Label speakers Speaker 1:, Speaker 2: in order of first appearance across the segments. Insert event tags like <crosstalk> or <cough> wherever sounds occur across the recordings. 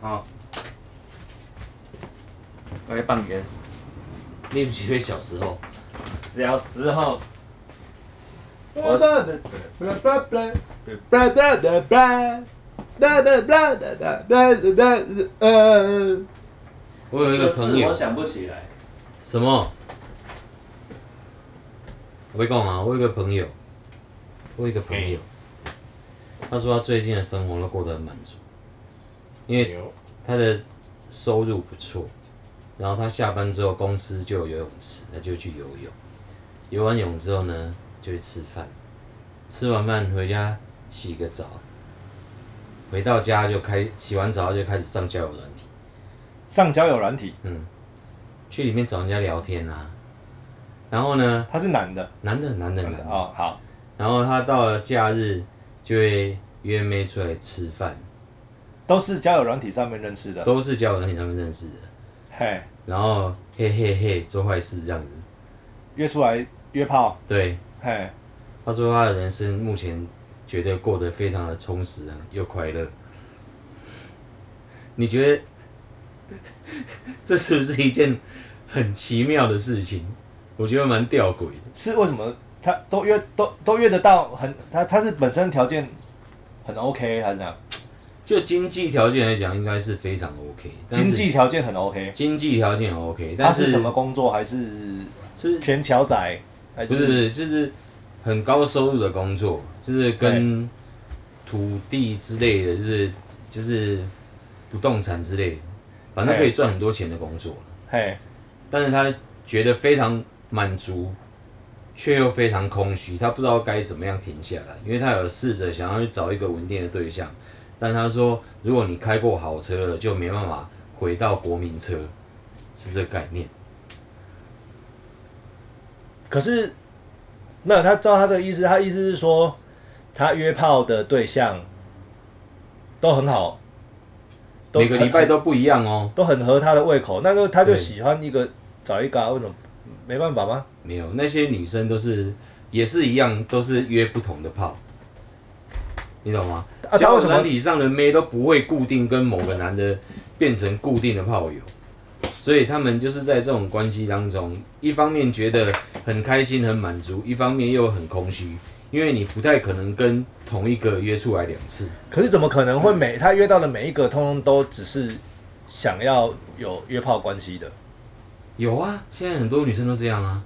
Speaker 1: 啊，
Speaker 2: 我要放盐。
Speaker 3: 对不起，对小时候，
Speaker 2: 小时候，
Speaker 1: 我
Speaker 3: 我有一个朋
Speaker 2: 我
Speaker 3: 友，
Speaker 2: 想不起来。
Speaker 3: 什么？我会讲啊，我有一个朋友，我有一个朋友，他说他最近的生活都过得很满足，因为他的收入不错，然后他下班之后公司就有游泳池，他就去游泳，游完泳之后呢，就去吃饭，吃完饭回家洗个澡，回到家就开洗完澡就开始上交友软体，
Speaker 4: 上交友软体，
Speaker 3: 嗯，去里面找人家聊天啊，然后呢，
Speaker 4: 他是男的，
Speaker 3: 男的男的男的，
Speaker 4: 哦，好，
Speaker 3: 然后他到了假日就会约妹出来吃饭，
Speaker 4: 都是交友软体上面认识的，
Speaker 3: 都是交友软体上面认识的，
Speaker 4: 嘿，
Speaker 3: 然后嘿嘿嘿做坏事这样子，
Speaker 4: 约出来约炮，
Speaker 3: 对，
Speaker 4: 嘿，
Speaker 3: 他说他的人生目前觉得过得非常的充实啊，又快乐。 <laughs> 你觉得 <laughs> 这是不是一件很奇妙的事情？我觉得蛮吊诡的。
Speaker 4: 是为什么他都约都都约得到很，他他是本身条件很 OK 还是怎样？
Speaker 3: 就经济条件来讲，应该是非常 OK 但是。
Speaker 4: 经济条件很 OK，
Speaker 3: 经济条件很 OK，
Speaker 4: 他
Speaker 3: 但
Speaker 4: 是什么工作还是
Speaker 3: 是
Speaker 4: 全桥仔还
Speaker 3: 不是不是，就是很高收入的工作，就是跟土地之类的，就是就是不动产之类的，反正可以赚很多钱的工作。
Speaker 4: 嘿，
Speaker 3: 但是他觉得非常满足，却又非常空虚，他不知道该怎么样停下来，因为他有试着想要去找一个稳定的对象，但他说，如果你开过好车了，就没办法回到国民车，是这个概念。
Speaker 4: 可是没有他照他这个意思，他意思是说他约炮的对象都很好，都
Speaker 3: 每个礼拜都不一样哦。
Speaker 4: 都很合他的胃口，那就他就
Speaker 3: 对
Speaker 4: 喜欢一个找一个、啊，为什么没办法吗？
Speaker 3: 没有，那些女生都是也是一样，都是约不同的炮，你懂吗？
Speaker 4: 啊，他
Speaker 3: 交
Speaker 4: 为
Speaker 3: 友
Speaker 4: 什么
Speaker 3: 软体上的妹都不会固定跟某个男的变成固定的炮友，所以他们就是在这种关系当中，一方面觉得很开心很满足，一方面又很空虚，因为你不太可能跟同一个约出来两次。
Speaker 4: 可是怎么可能会
Speaker 3: 嗯
Speaker 4: 每他约到的每一个，通通都只是想要有约炮关系的？
Speaker 3: 有啊，现在很多女生都这样啊。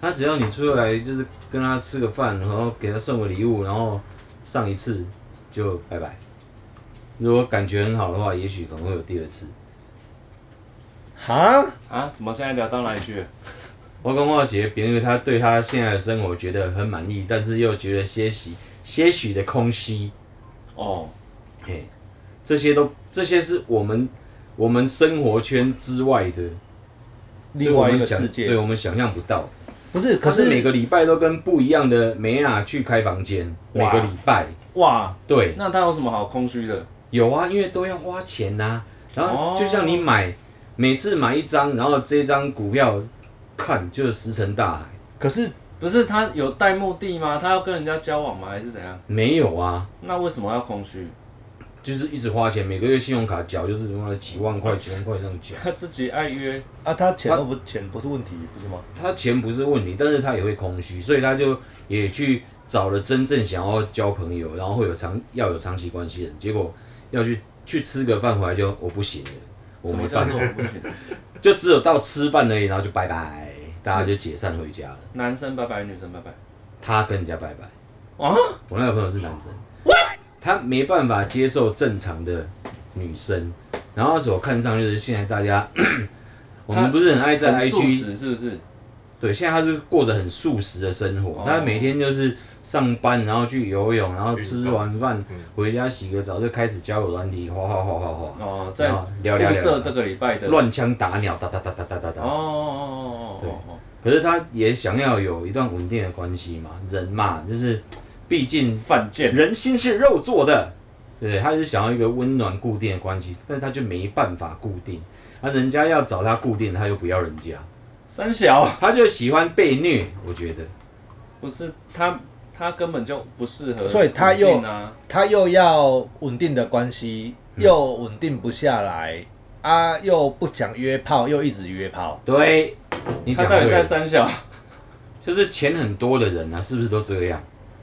Speaker 3: 她只要你出来，就是跟她吃个饭，然后给她送个礼物，然后上一次就拜拜。如果感觉很好的话，也许可能会有第二次。
Speaker 4: 哈，
Speaker 2: 啊，什么？现在聊到哪里去了？
Speaker 3: 我跟我姐别人，她对她现在的生活觉得很满意，但是又觉得些许些许的空虚。
Speaker 2: 哦，
Speaker 3: 嘿，这些都这些是我们我们生活圈之外的
Speaker 4: 另外一个
Speaker 3: 是我们想
Speaker 4: 世界
Speaker 3: 对我们想象不到的。
Speaker 4: 不是，
Speaker 3: 可
Speaker 4: 可
Speaker 3: 是
Speaker 4: 是
Speaker 3: 每个礼拜都跟不一样的梅亚去开房间，每
Speaker 2: 哇
Speaker 3: 个礼拜
Speaker 2: 哇，
Speaker 3: 对，
Speaker 2: 那他有什么好空虚的？
Speaker 3: 有啊，因为都要花钱呐、然
Speaker 2: 哦
Speaker 3: 后就像你买，每次买一张，然后这张股票看就是石沉大海，
Speaker 4: 可是
Speaker 2: 不是他有带目的吗？他要跟人家交往吗？还是怎样？
Speaker 3: 没有啊，
Speaker 2: 那为什么要空虚？
Speaker 3: 就是一直花钱，每个月信用卡缴就是妈的几万块、几万块这样缴。
Speaker 2: 他自己爱约，
Speaker 4: 啊，他钱都不钱不是问题，不是吗？
Speaker 3: 他钱不是问题，但是他也会空虚，所以他就也去找了真正想要交朋友，然后会有长要有长期关系的人，结果要去去吃个饭回来就我不行了，我
Speaker 2: 什
Speaker 3: 没
Speaker 2: 么
Speaker 3: 办
Speaker 2: 叫
Speaker 3: 法
Speaker 2: 做。不行？
Speaker 3: 就只有到吃饭而已，然后就拜拜，大家就解散回家了。
Speaker 2: 男生拜拜，女生拜拜。
Speaker 3: 他跟人家拜拜，
Speaker 2: 啊，
Speaker 3: 我那个朋友是男生，他没办法接受正常的女生，然后他所看上就是现在大
Speaker 2: <clears throat>
Speaker 3: 家，我们不是很爱在
Speaker 2: 很素
Speaker 3: IG
Speaker 2: 食是不是？
Speaker 3: 对，现在他是过着很素食的生活，
Speaker 2: 哦
Speaker 3: 他每天就是上班，然后去游泳，然后
Speaker 1: 运
Speaker 3: 吃
Speaker 1: 动
Speaker 3: 完饭
Speaker 1: 嗯
Speaker 3: 回家洗个澡，就开始交友软体，哗哗哗哗哗，
Speaker 2: 哦，在
Speaker 3: 哦聊聊
Speaker 2: 物
Speaker 3: 聊
Speaker 2: 色这个礼拜的。
Speaker 3: 乱枪打鸟，哒哒哒哒哒哒
Speaker 2: 哦
Speaker 3: 哒。
Speaker 2: 哦哦哦哦
Speaker 3: 可是他也想要有一段稳定的关系嘛，人嘛，就是毕竟
Speaker 2: 哦，犯贱。
Speaker 3: 人心是肉做的，对不对，他就是想要一个温暖固定的关系，但是他就没办法固定，那、人家要找他固定，他又不要人家，
Speaker 2: 三小
Speaker 3: 他就喜欢被虐，我觉得
Speaker 2: 不是他，他根本就不适合、
Speaker 4: 所以他又
Speaker 2: 啊，
Speaker 4: 他又要稳定的关系，
Speaker 3: 嗯
Speaker 4: 又稳定不下来啊，又不想约炮，又一直约炮，
Speaker 3: 对，你
Speaker 2: 他
Speaker 3: 讲
Speaker 2: 到底
Speaker 3: 对
Speaker 2: 在
Speaker 3: 了，
Speaker 2: 三小？
Speaker 3: 就是钱很多的人啊，是不是都这样？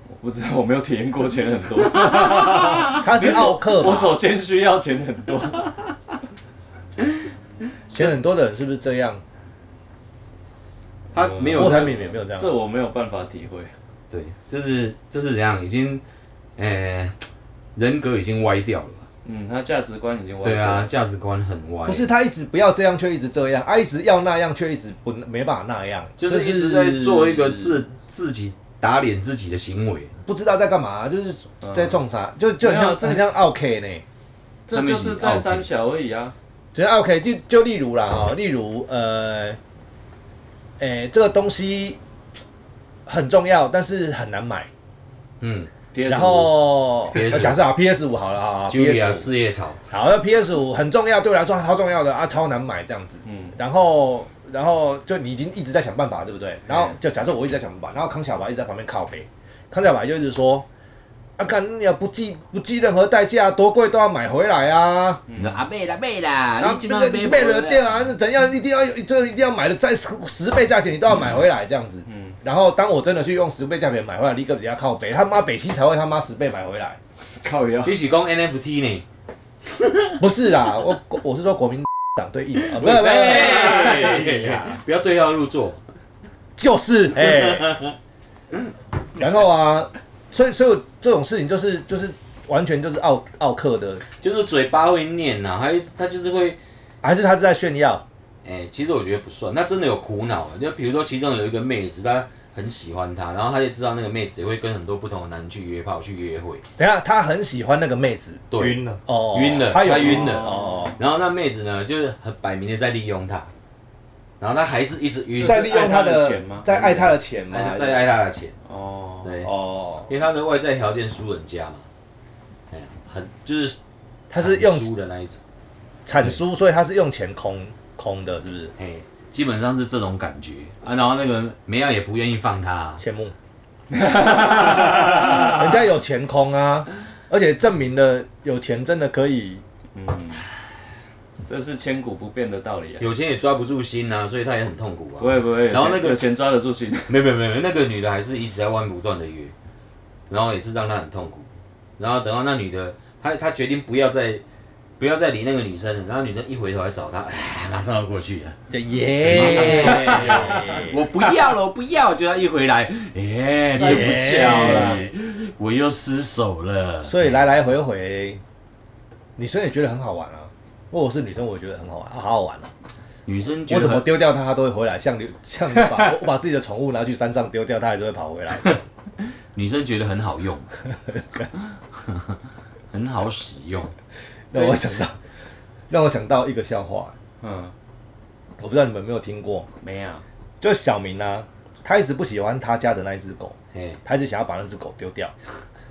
Speaker 2: 我不知道，我没有体验过钱
Speaker 4: <laughs>
Speaker 2: 很多。
Speaker 4: 他是奥
Speaker 2: 我
Speaker 4: 克
Speaker 3: 啊
Speaker 4: 嘛？
Speaker 2: 首先需要钱很多，
Speaker 4: 钱很多的人是不是这样？
Speaker 3: 他没有
Speaker 2: 哦
Speaker 4: 郭
Speaker 3: 在
Speaker 4: 台铭也没有这样，
Speaker 2: 这我没有办法体会。
Speaker 3: 对，这是这是怎样？已经，呃，人格已经歪掉了吧。
Speaker 2: 嗯，他价值观已经歪
Speaker 3: 对
Speaker 2: 掉
Speaker 3: 啊，
Speaker 2: 了。
Speaker 3: 价值观很歪。
Speaker 4: 不是，他一直不要这样，却一直这样；啊，一直要那样，却一直不没办法那样，
Speaker 3: 就是一直在做一个自自己打脸自己的行为。
Speaker 4: 不知道在干嘛、就是
Speaker 3: 嗯
Speaker 4: 在种啥，就就很
Speaker 2: 没有
Speaker 4: 像
Speaker 2: 这
Speaker 4: 很像 OK 呢，
Speaker 2: 这就是在三小而已啊。
Speaker 4: 就像 OK 就就例如啦哦，例如呃，诶、这个东西很重要，但是很难买。
Speaker 3: 嗯，
Speaker 2: PS5
Speaker 4: 然后
Speaker 3: PS5
Speaker 4: 呃假设啊，PS 五好了啊
Speaker 3: 茱莉亚
Speaker 4: ，PS 五
Speaker 3: 四叶草，
Speaker 4: 好，那 PS 五很重要，对我来说超重要的啊，超难买这样子。
Speaker 2: 嗯，
Speaker 4: 然后，然后就你已经一直在想办法，对不对？然后就假设我一直在想办法，然后康小白一直在旁边靠背，康小白就一直说：“啊，干你也不计不计任何代价，多贵都要买回来啊！”
Speaker 3: 你说阿贝啦贝啦，
Speaker 4: 然后
Speaker 3: 你今
Speaker 4: 啊那
Speaker 3: 晚
Speaker 4: 个
Speaker 3: 买
Speaker 4: 被
Speaker 3: 不
Speaker 4: 惹
Speaker 3: 了
Speaker 4: 掉啊，是怎样一定要有，最后一定要买的再十十倍价钱，你都要买回来这样子。
Speaker 2: 嗯
Speaker 4: 然后当我真的去用十倍价钱买回来，立刻比较靠北，他妈北西才会他妈十倍买回来。
Speaker 2: 靠
Speaker 4: <laughs>
Speaker 2: 腰。
Speaker 3: 你是讲 NFT 呢？
Speaker 4: 不是啦，我我是说国民党对疫苗，啊不是不是不是，不是
Speaker 2: 哎
Speaker 3: 呀， <laughs> 不要对号入座。
Speaker 4: 就是哎、 <laughs> 然后啊，所以所以这种事情就是就是完全就是奥奥克的，
Speaker 3: 就是嘴巴会念呐、啊，还他就是会，
Speaker 4: 还是他是在炫耀？
Speaker 3: 哎、其实我觉得不算，那真的有苦恼啊。就比如说，其中有一个妹子，她很喜欢他，然后她就知道那个妹子也会跟很多不同的男人去约炮、去约会，
Speaker 4: 等一下他很喜欢那个妹子
Speaker 3: 对，
Speaker 5: 晕了，
Speaker 4: 哦，
Speaker 3: 晕了
Speaker 4: 他有
Speaker 3: 他晕了
Speaker 4: 哦，
Speaker 3: 然后那妹子呢，就是很摆明的在利用他，然后他还是一直晕，
Speaker 4: 在利用他
Speaker 2: 爱他的
Speaker 4: 的
Speaker 2: 钱吗，
Speaker 4: 在爱他的钱嘛，
Speaker 3: 还是在爱他的钱，
Speaker 2: 哦，
Speaker 3: 对，
Speaker 4: 哦
Speaker 3: 因，为他的外在条件输人家嘛，哎、很就是
Speaker 4: 他是用
Speaker 3: 输的那一种，
Speaker 4: 产输，所以他是用钱空空的，是不是？
Speaker 3: 哎、基本上是这种感觉啊。然后那个梅亚也不愿意放他、啊
Speaker 4: 羡慕，人家有钱空啊，而且证明了有钱真的可以
Speaker 2: 嗯，这是千古不变的道理啊。
Speaker 3: 有钱也抓不住心呐、所以他也很痛苦啊。
Speaker 2: 不会不会，
Speaker 3: 然后那个
Speaker 2: 有钱抓得住心。
Speaker 3: 没有没有没有，那个女的还是一直在弯不断的约，然后也是让她很痛苦。然后等到那女的，她她决定不要再不要再理那个女生了。然后女生一回头来找她，哎，马上要过去了，
Speaker 4: 就耶，
Speaker 3: 我不要了，我不要。就她一回 <laughs> 来，哎，对不起了，我又失手了。
Speaker 4: 所以来来回回，女生也觉得很好玩啊。如果我是女生，我也觉得很好玩，啊好好玩啊！
Speaker 3: 女生觉
Speaker 4: 我
Speaker 3: 得
Speaker 4: 怎么丢掉它，它都会回来。像流像你把我把自己的宠物拿去山上丢掉，它还是会跑回来。
Speaker 3: 女生觉得很好 <laughs> 用，很好使用。
Speaker 4: 让我想到， <laughs> 让我想到一个笑话，
Speaker 2: 嗯，
Speaker 4: 我不知道你们有没有听过，
Speaker 2: 没有。
Speaker 4: 就小明啊，他一直不喜欢他家的那一只狗，
Speaker 3: 嘿，
Speaker 4: 他一直想要把那只狗丢掉。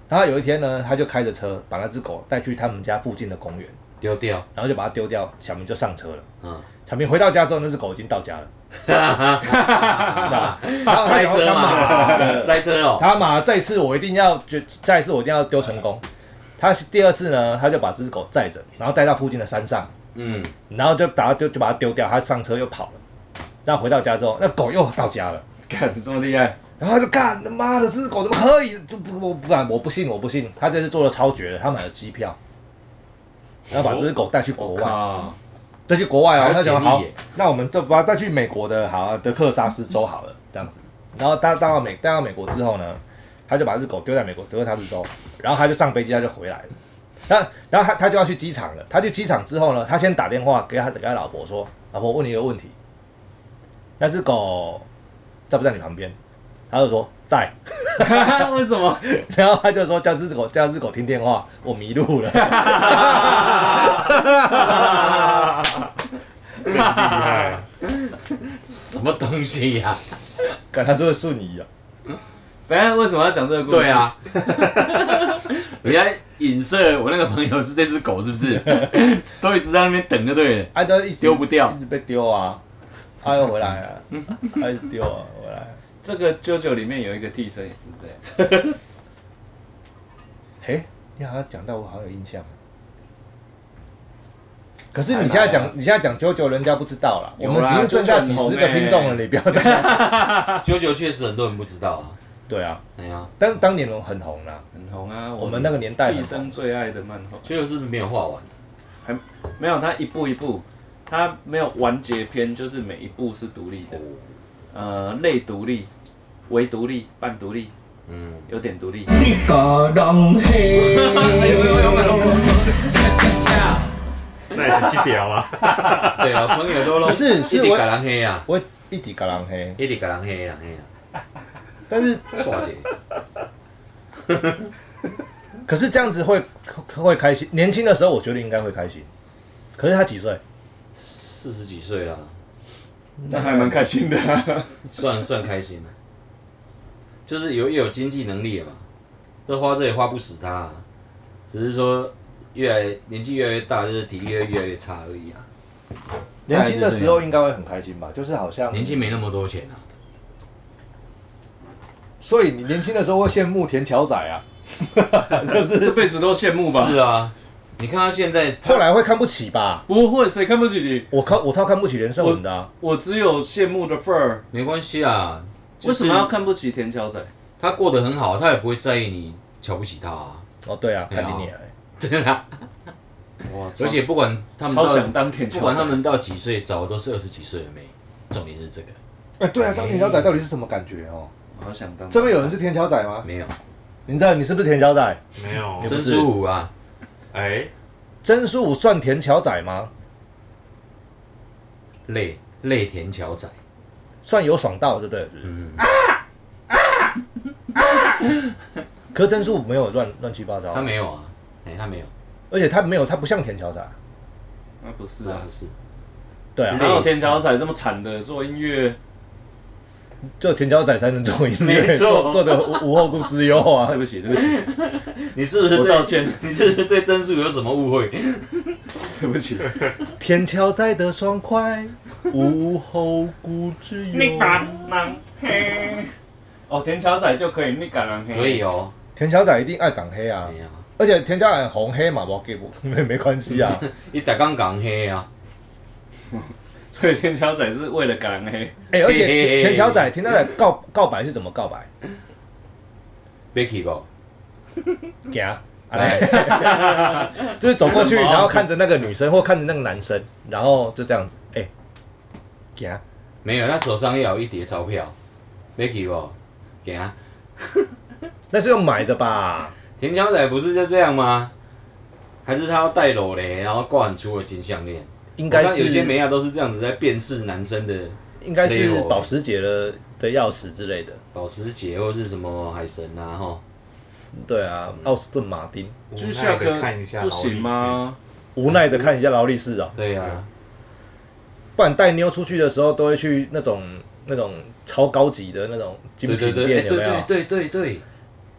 Speaker 4: 然后有一天呢，他就开着车把那只狗带去他们家附近的公园，
Speaker 3: 丢掉，
Speaker 4: 然后就把它丢掉。小明就上车了。
Speaker 3: 嗯，
Speaker 4: 小明回到家之后，那只狗已经到家
Speaker 3: <laughs>
Speaker 4: 了。然后他
Speaker 3: 塞
Speaker 4: 想说
Speaker 3: 车
Speaker 4: 他妈
Speaker 3: 嘛，
Speaker 4: 的
Speaker 3: 塞车哦。
Speaker 4: 他妈这一次我一定要，就下一次我一定要丢成功。他第二次呢，他就把这只狗载着，然后带到附近的山上，
Speaker 3: 嗯，
Speaker 4: 然后就把它丢，就把它丢掉。他上车又跑了。那回到家之后，啊那狗又到家了，
Speaker 2: 干这么厉害，
Speaker 4: 然后他就干他妈的，这只狗怎么可以？这不我不敢，我不信，我不信。他这次做的超绝的，他买了机票，然后把这只狗带去国
Speaker 2: 我
Speaker 4: 外。
Speaker 2: 靠！ <laughs>
Speaker 4: 再去国外
Speaker 3: 还
Speaker 4: 哦，
Speaker 3: 要
Speaker 4: 那想
Speaker 3: 解密
Speaker 4: 好
Speaker 3: 耶，
Speaker 4: 那我们就把它带去美国的，好啊德克萨斯州好了，这样子。然后他带到美带到美国之后呢，他就把这只狗丢在美国德克萨斯州，然后他就上飞机，他就回来了。那然后他他就要去机场了。他去机场之后呢，他先打电话给他给他老婆说：“老婆，我问你一个问题，那只狗在不在你旁边？”他就说在，
Speaker 2: 为什么？
Speaker 4: 然后他就说叫这只狗叫这只狗听电话，我迷路了。
Speaker 5: 厉
Speaker 4: <laughs>
Speaker 5: 害，
Speaker 3: 什么东西呀、
Speaker 4: 感他是会瞬移啊，
Speaker 2: 反正为什么要讲这个故事？
Speaker 3: 对， <laughs> 啊，你在影射我那个朋友是这只狗是不是？ <laughs> 都一直在那边等就对了。
Speaker 4: 啊，就一直
Speaker 3: 丢不掉
Speaker 4: 一直被丢啊，他又回来啊，他一直丢啊，回来啊。
Speaker 2: 这个舅舅里面有一个替身也是这样。
Speaker 4: 嘿，你好像讲到我好有印象，可是你现在讲，你现在讲九九，人家不知道啦。我
Speaker 2: 有啦
Speaker 4: 们只是剩下几十个听
Speaker 2: 九九很
Speaker 4: 众了，
Speaker 2: 红欸
Speaker 4: 你不要再。 <laughs>
Speaker 3: 九九确实很多人不知道啊。
Speaker 4: 对啊，
Speaker 3: 哎呀，
Speaker 4: 但当年很红啦，
Speaker 2: 很红啊，
Speaker 4: 我们那个年代很
Speaker 2: 毕
Speaker 4: 红
Speaker 2: 生最爱的漫画，
Speaker 3: 九九是不是没有画完？
Speaker 2: 还没有它一步一步，它没有完结篇，就是每一步是独立的，呃，类独立、微独立、半独立，
Speaker 3: 嗯，
Speaker 2: 有点独立。
Speaker 5: 你个人嘿，
Speaker 1: 那也是记条啊。
Speaker 3: 对啊，朋友都
Speaker 4: 不是是
Speaker 3: 一直
Speaker 4: 我
Speaker 3: 改人黑啊，
Speaker 4: 我一滴嘎啷黑，
Speaker 3: 一直改人黑啊黑啊，
Speaker 4: 但是
Speaker 3: 错姐，
Speaker 4: 可是这样子会会开心。年轻的时候，我觉得应该会开心。可是他几岁？
Speaker 3: 四十几岁了，
Speaker 2: 那还蛮开心的、啊。
Speaker 3: 算算开心了，就是有也有经济能力了嘛，这花这也花不死他、啊，只是说越来年纪越来越大，就是体力越越来越差而已啊，
Speaker 4: 年轻的时候应该会很开心吧？就是好像
Speaker 3: 年纪，没那么多钱啊，
Speaker 4: 所以你年轻的时候会羡慕田乔仔啊，
Speaker 2: <laughs> 这辈子都羡慕吧？
Speaker 3: 是啊，你看他现在
Speaker 4: 后来会看不起吧？
Speaker 2: 不会，谁看不起你？
Speaker 4: 我看我超看不起连胜文的啊。
Speaker 2: 我只有羡慕的份儿。
Speaker 3: 没关系啊，就
Speaker 2: 为
Speaker 3: 是
Speaker 2: 什么要看不起田乔仔？
Speaker 3: 他过得很好，他也不会在意你瞧不起他啊， <laughs>
Speaker 4: 哦，对啊，
Speaker 3: 对啊
Speaker 4: 干你娘欸！
Speaker 3: 对啊，
Speaker 2: 哇，
Speaker 3: 而且不管他们
Speaker 2: 超
Speaker 3: 到
Speaker 2: 想当田
Speaker 3: 不
Speaker 2: 乔
Speaker 3: 管
Speaker 2: 仔
Speaker 3: 他。们到几岁，找的都是二十几岁的妹，重点是这个
Speaker 4: 哎，对啊，当田乔仔到底是什么感觉哦？
Speaker 2: 好想当
Speaker 4: 这边有人是田乔仔吗？
Speaker 3: 没有
Speaker 4: 林正，你是不是田乔仔？
Speaker 1: 没有
Speaker 4: 也，不
Speaker 3: 珍
Speaker 4: 是
Speaker 3: 珠舞啊，
Speaker 1: 哎，
Speaker 4: 曾淑武算田乔仔吗？
Speaker 3: 泪泪田乔仔，
Speaker 4: 算有爽到，对不对？
Speaker 3: 嗯，
Speaker 4: 可是曾淑武没有乱乱七八糟
Speaker 3: 他，没有啊，哎、他没有，
Speaker 4: 而且他没有，他不像田乔仔。
Speaker 2: 啊，不是
Speaker 3: 那
Speaker 2: 啊
Speaker 3: 不，是，
Speaker 4: 对啊
Speaker 2: 哪，有田乔仔这么惨的做音乐？
Speaker 4: 就田乔仔才能做音乐，
Speaker 3: 没错
Speaker 4: 做做的无无后顾之忧啊
Speaker 2: <laughs>
Speaker 4: <laughs>
Speaker 2: 对。不起，对不起，
Speaker 3: 你是不是
Speaker 2: 我
Speaker 3: 对
Speaker 2: 道歉，
Speaker 3: 你是不是对珍珠有什么误会？
Speaker 2: 对不起。
Speaker 4: 田乔仔的爽快，无后顾之忧。
Speaker 2: 人嘿？哦，田乔仔就可以啊你敢人嘿？
Speaker 3: 可以。哦，
Speaker 4: 田乔仔一定爱港黑啊
Speaker 3: 哎，呀、啊，
Speaker 4: 而且田乔仔红黑嘛，我给不没没关
Speaker 3: <laughs>
Speaker 4: 系啊。
Speaker 3: 你打刚港黑啊，
Speaker 2: 所以田乔仔是为了敢人黑。
Speaker 4: 哎，而且
Speaker 3: 嘿嘿嘿
Speaker 4: 田田乔仔，田乔仔告告白是怎么告 <laughs> 白？
Speaker 3: 别去吧，
Speaker 4: 给 <laughs> 啊，
Speaker 3: 哎，
Speaker 4: 就是走过
Speaker 2: 什
Speaker 4: 去，
Speaker 2: 么
Speaker 4: 然后看着那个女生或看着那个男生，然后就这样子，哎、给啊，
Speaker 3: 没有，他手上要有一叠钞票，别去吧，给啊，
Speaker 4: 那是用买的吧？
Speaker 3: 田乔仔不是就这样吗？还是他要戴裸雷，然后挂很粗的金项链？
Speaker 4: 应该
Speaker 3: 我看有些美
Speaker 4: 是
Speaker 3: 亚都是这样子在辨识男生的
Speaker 4: 应该是
Speaker 3: 没有
Speaker 4: 保时捷的的钥匙之类的。
Speaker 3: 保时捷或是什么海神啊，哈，
Speaker 4: 对啊，奥斯顿马丁。
Speaker 2: 去
Speaker 1: 下
Speaker 2: 下课
Speaker 1: 课看一下
Speaker 2: 不
Speaker 1: 劳力士
Speaker 2: 行？吗？
Speaker 4: 无奈的看一下劳力士啊，
Speaker 3: 对啊，
Speaker 4: 不然带妞出去的时候都会去那种那种超高级的那种精
Speaker 3: 对
Speaker 4: 品
Speaker 3: 对
Speaker 4: 店，
Speaker 3: 对，哎
Speaker 4: 有没有？
Speaker 3: 对对对对对，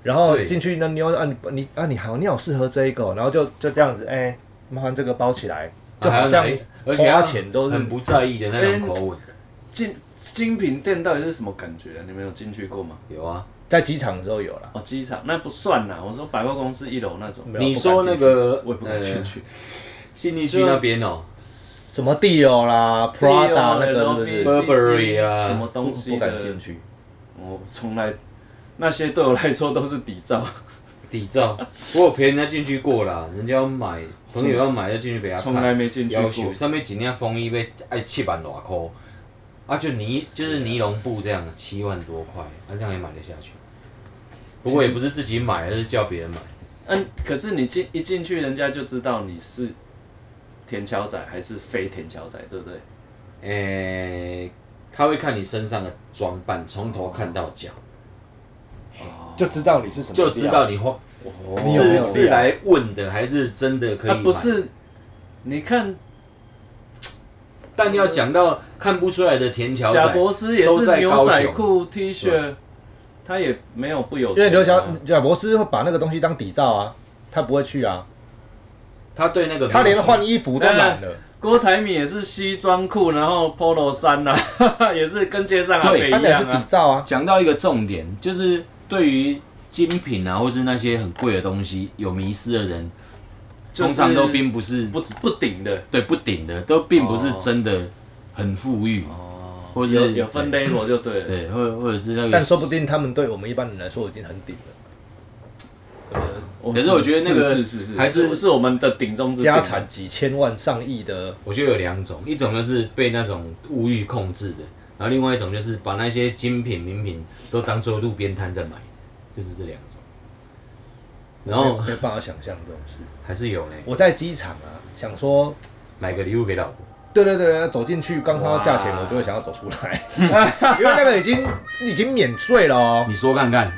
Speaker 4: 然后
Speaker 3: 对
Speaker 4: 进去那妞啊你你啊你好你好适合这一个哦，然后就就这样子，哎、麻烦这个包起来，就好
Speaker 3: 啊
Speaker 4: 像
Speaker 3: 还有哪而且他
Speaker 4: 花钱都是
Speaker 3: 很不在意的那种口吻，
Speaker 2: 精精品店到底是什么感觉啊？你们有进去过吗？
Speaker 3: 有啊。
Speaker 4: 在机场的时候有啦。
Speaker 2: 哦，机场那不算啦。我说百货公司一楼那种，
Speaker 4: 没有
Speaker 3: 你说那个
Speaker 2: 我也不敢进去。
Speaker 4: 哎
Speaker 3: 信义区那边哦，
Speaker 4: 什么 Dior 啦、Prada
Speaker 2: 哎
Speaker 3: 呃
Speaker 4: 那个是不是
Speaker 3: Burberry 啊
Speaker 2: 什么东
Speaker 4: 不
Speaker 2: 西
Speaker 4: 不敢
Speaker 2: 的
Speaker 4: 进？去？
Speaker 2: 我从来那些对我来说都是底噪，
Speaker 3: 底
Speaker 4: <laughs>
Speaker 3: 照，我有陪人家进去过啦，人家要买，朋友要买要进去陪他看，
Speaker 2: 从来没进去
Speaker 3: 要
Speaker 2: 过。
Speaker 3: 求上面几件风衣被爱七万多块，啊就尼就是尼龙布这样七万多块，啊那、这样也买得下去。不过也不是自己买，而是叫别人买。
Speaker 2: 嗯，可是你进一进去，人家就知道你是田乔仔还是非田乔仔，对不对？
Speaker 3: 诶、他会看你身上的装扮，从头看到脚，
Speaker 2: 哦，
Speaker 4: 就知道你是什么啊料，
Speaker 3: 就知道你花
Speaker 4: 你有没有
Speaker 3: 是是啊
Speaker 4: 料。
Speaker 3: 来问的还是真的可以、
Speaker 2: 啊，不，是，你看
Speaker 3: 但要讲到看不出来的田乔
Speaker 2: 贾
Speaker 3: 仔，
Speaker 2: 博斯也
Speaker 3: 都
Speaker 2: 是
Speaker 3: 在
Speaker 2: 牛
Speaker 3: 高
Speaker 2: 仔
Speaker 3: 雄
Speaker 2: 裤、T 恤，他也没有不有
Speaker 4: 因为
Speaker 2: 钱、
Speaker 4: 刘
Speaker 2: 啊
Speaker 4: 小。贾博士会把那个东西当底照啊，他不会去啊，
Speaker 3: 他对那个
Speaker 4: 他连换衣服都懒了。
Speaker 2: 郭台铭也是西装裤，然后 polo 衫呐、啊， <laughs> 也是跟街上阿北
Speaker 3: 对
Speaker 2: 一
Speaker 4: 他那也是
Speaker 2: 样
Speaker 4: 底
Speaker 2: 啊。
Speaker 4: 照啊，
Speaker 3: 讲到一个重点，就是对于精品啊，或是那些很贵的东西有迷失的人，
Speaker 2: 就是
Speaker 3: 通常都并不是
Speaker 2: 不不顶的
Speaker 3: 对不顶的，都并不是
Speaker 2: 哦
Speaker 3: 真的很富裕，
Speaker 2: 哦，
Speaker 3: 或者
Speaker 2: 有
Speaker 3: 是
Speaker 2: 有分 level 就对了。
Speaker 3: 对，或或者是那个，
Speaker 4: 但说不定他们对我们一般人来说已经很顶了，
Speaker 3: 可是我觉得那个
Speaker 2: 是是是
Speaker 3: 还
Speaker 2: 还
Speaker 3: 是
Speaker 2: 是是我们的顶中之顶
Speaker 4: 家产几千万上亿的，
Speaker 3: 我觉得有两种，一种就是被那种物欲控制的，然后另外一种就是把那些精品名品都当做路边摊在买，就是这两种。然
Speaker 4: 没
Speaker 3: 后
Speaker 4: 有没有办法想象这种事。
Speaker 3: 还是有呢，
Speaker 4: 我在机场啊，想说，
Speaker 3: 买个礼物给老婆，
Speaker 4: 对对对，走进去刚看到价钱，
Speaker 2: 哇
Speaker 4: 我就会想要走出来，
Speaker 2: <laughs>
Speaker 4: 因为那个已经已经免税了哦。
Speaker 3: 你说看看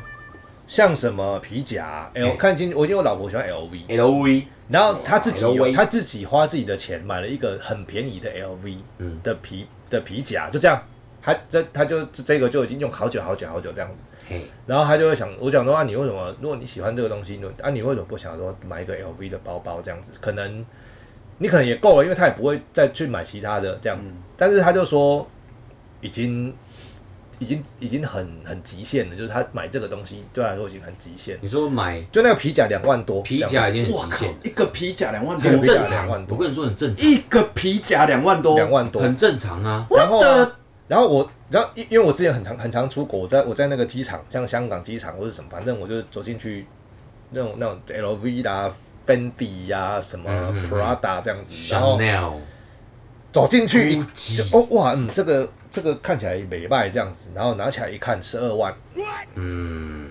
Speaker 4: 像什么皮夹
Speaker 3: 哎
Speaker 4: ，L 看清，我因为我老婆喜欢 LV，
Speaker 3: ，LV，
Speaker 4: 然后她自己有
Speaker 3: LV
Speaker 4: 她自己花自己的钱买了一个很便宜的 LV
Speaker 3: 嗯，
Speaker 4: 的皮的皮夹，就这样，她这她就这这个就已经用好久好久好久这样子。
Speaker 3: 嘿，
Speaker 4: 然后他就会想，我讲说啊，你为什么？如果你喜欢这个东西，你啊，你为什么不想说买一个 LV 的包包这样子？可能你可能也够了，因为他也不会再去买其他的这样子。
Speaker 3: 嗯
Speaker 4: 但是他就说，已经已经已经很很极限了，就是他买这个东西对他来说已经很极限。
Speaker 3: 你说买
Speaker 4: 就那个皮夹两万多，
Speaker 3: 皮夹已经
Speaker 2: 哇
Speaker 3: 很极
Speaker 2: 靠
Speaker 3: 限了，，
Speaker 2: 一个皮夹两万多，
Speaker 4: 对
Speaker 3: 很
Speaker 4: 很皮夹
Speaker 3: 正
Speaker 4: 两万
Speaker 3: 常。
Speaker 4: 多
Speaker 3: 我跟你说很正常，
Speaker 2: 一个皮夹两万多，
Speaker 4: 两万多，
Speaker 3: 很正常啊。
Speaker 4: 然后
Speaker 2: What
Speaker 4: 啊
Speaker 2: the-
Speaker 4: 然后我，然后因因为我之前很常很常出国，我在我在那个机场，像香港机场或者什么，反正我就走进去那种那种 LV 啦、Fendi 呀、什么
Speaker 3: 嗯嗯嗯
Speaker 4: Prada 这样子，然后
Speaker 3: Chanel，
Speaker 4: 走进去
Speaker 3: Gucci
Speaker 4: 就哦哇，嗯，这个这个看起来美卖这样子，然后拿起来一看十二万，
Speaker 3: 嗯，